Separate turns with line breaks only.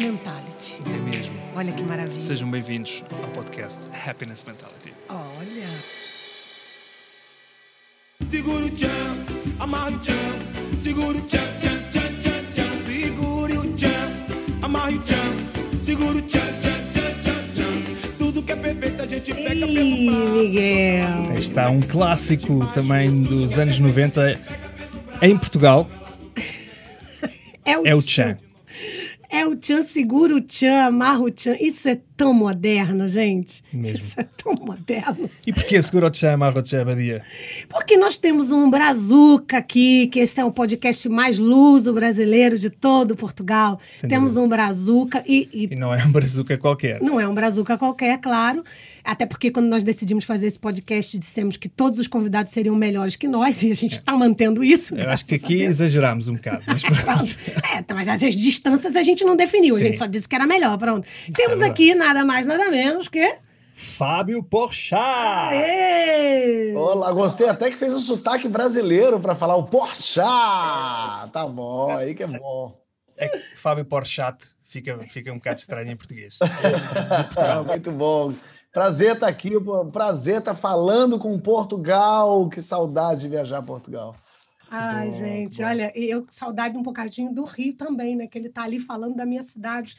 noite.
É mesmo.
Olha que maravilha.
Sejam bem-vindos ao podcast Happiness Mentality.
Olha.
Segura o tchan, amarre o tchan, segura o tchan, tchan, tchan, tchan, tchan, segure o tchan, amarre o tchan, segura o tchan, tchan, tchan, tchan, tchan. Tudo que é perfeito a gente pega
Ih,
pelo braço.
Miguel.
Aí está um clássico também dos anos 90 em Portugal, é o Tchan.
É o Tchan, segura o Tchan, amarra o Tchan. Isso é tão moderno, gente.
Mesmo.
Isso é tão moderno.
E porquê segura o Tchan, amarra o Tchan, Badia?
Porque nós temos um Brazuca aqui, que esse é o podcast mais luso brasileiro de todo Portugal.
Sem
temos
dúvida.
um Brazuca e- e
E não é um brazuca qualquer.
Não é um brazuca qualquer, claro. Até porque quando nós decidimos fazer esse podcast, dissemos que todos os convidados seriam melhores que nós e a gente está mantendo isso.
É. Eu
graças
acho que
a
aqui
Deus.
exagerámos um bocado. Mas pronto.
É, tá, mas as distâncias a gente não definiu, a
Sim. Tá
gente só disse que era melhor, pronto. Temos
verdade.
aqui nada mais, nada menos
Tá
que...
Fábio Porchat!
Ei!
Olá, gostei até que fez um sotaque brasileiro para falar o Porsche. Tá bom, aí que é bom.
É que Fábio Porchat fica, fica um bocado estranho em português.
É, Muito bom. Prazer estar aqui, pô. prazer estar falando com Portugal. Que saudade de viajar a Portugal.
Ai,
bom,
gente,
que bom.
olha, e eu com saudade um bocadinho do Rio também, né? Que ele tá ali falando da minha cidade.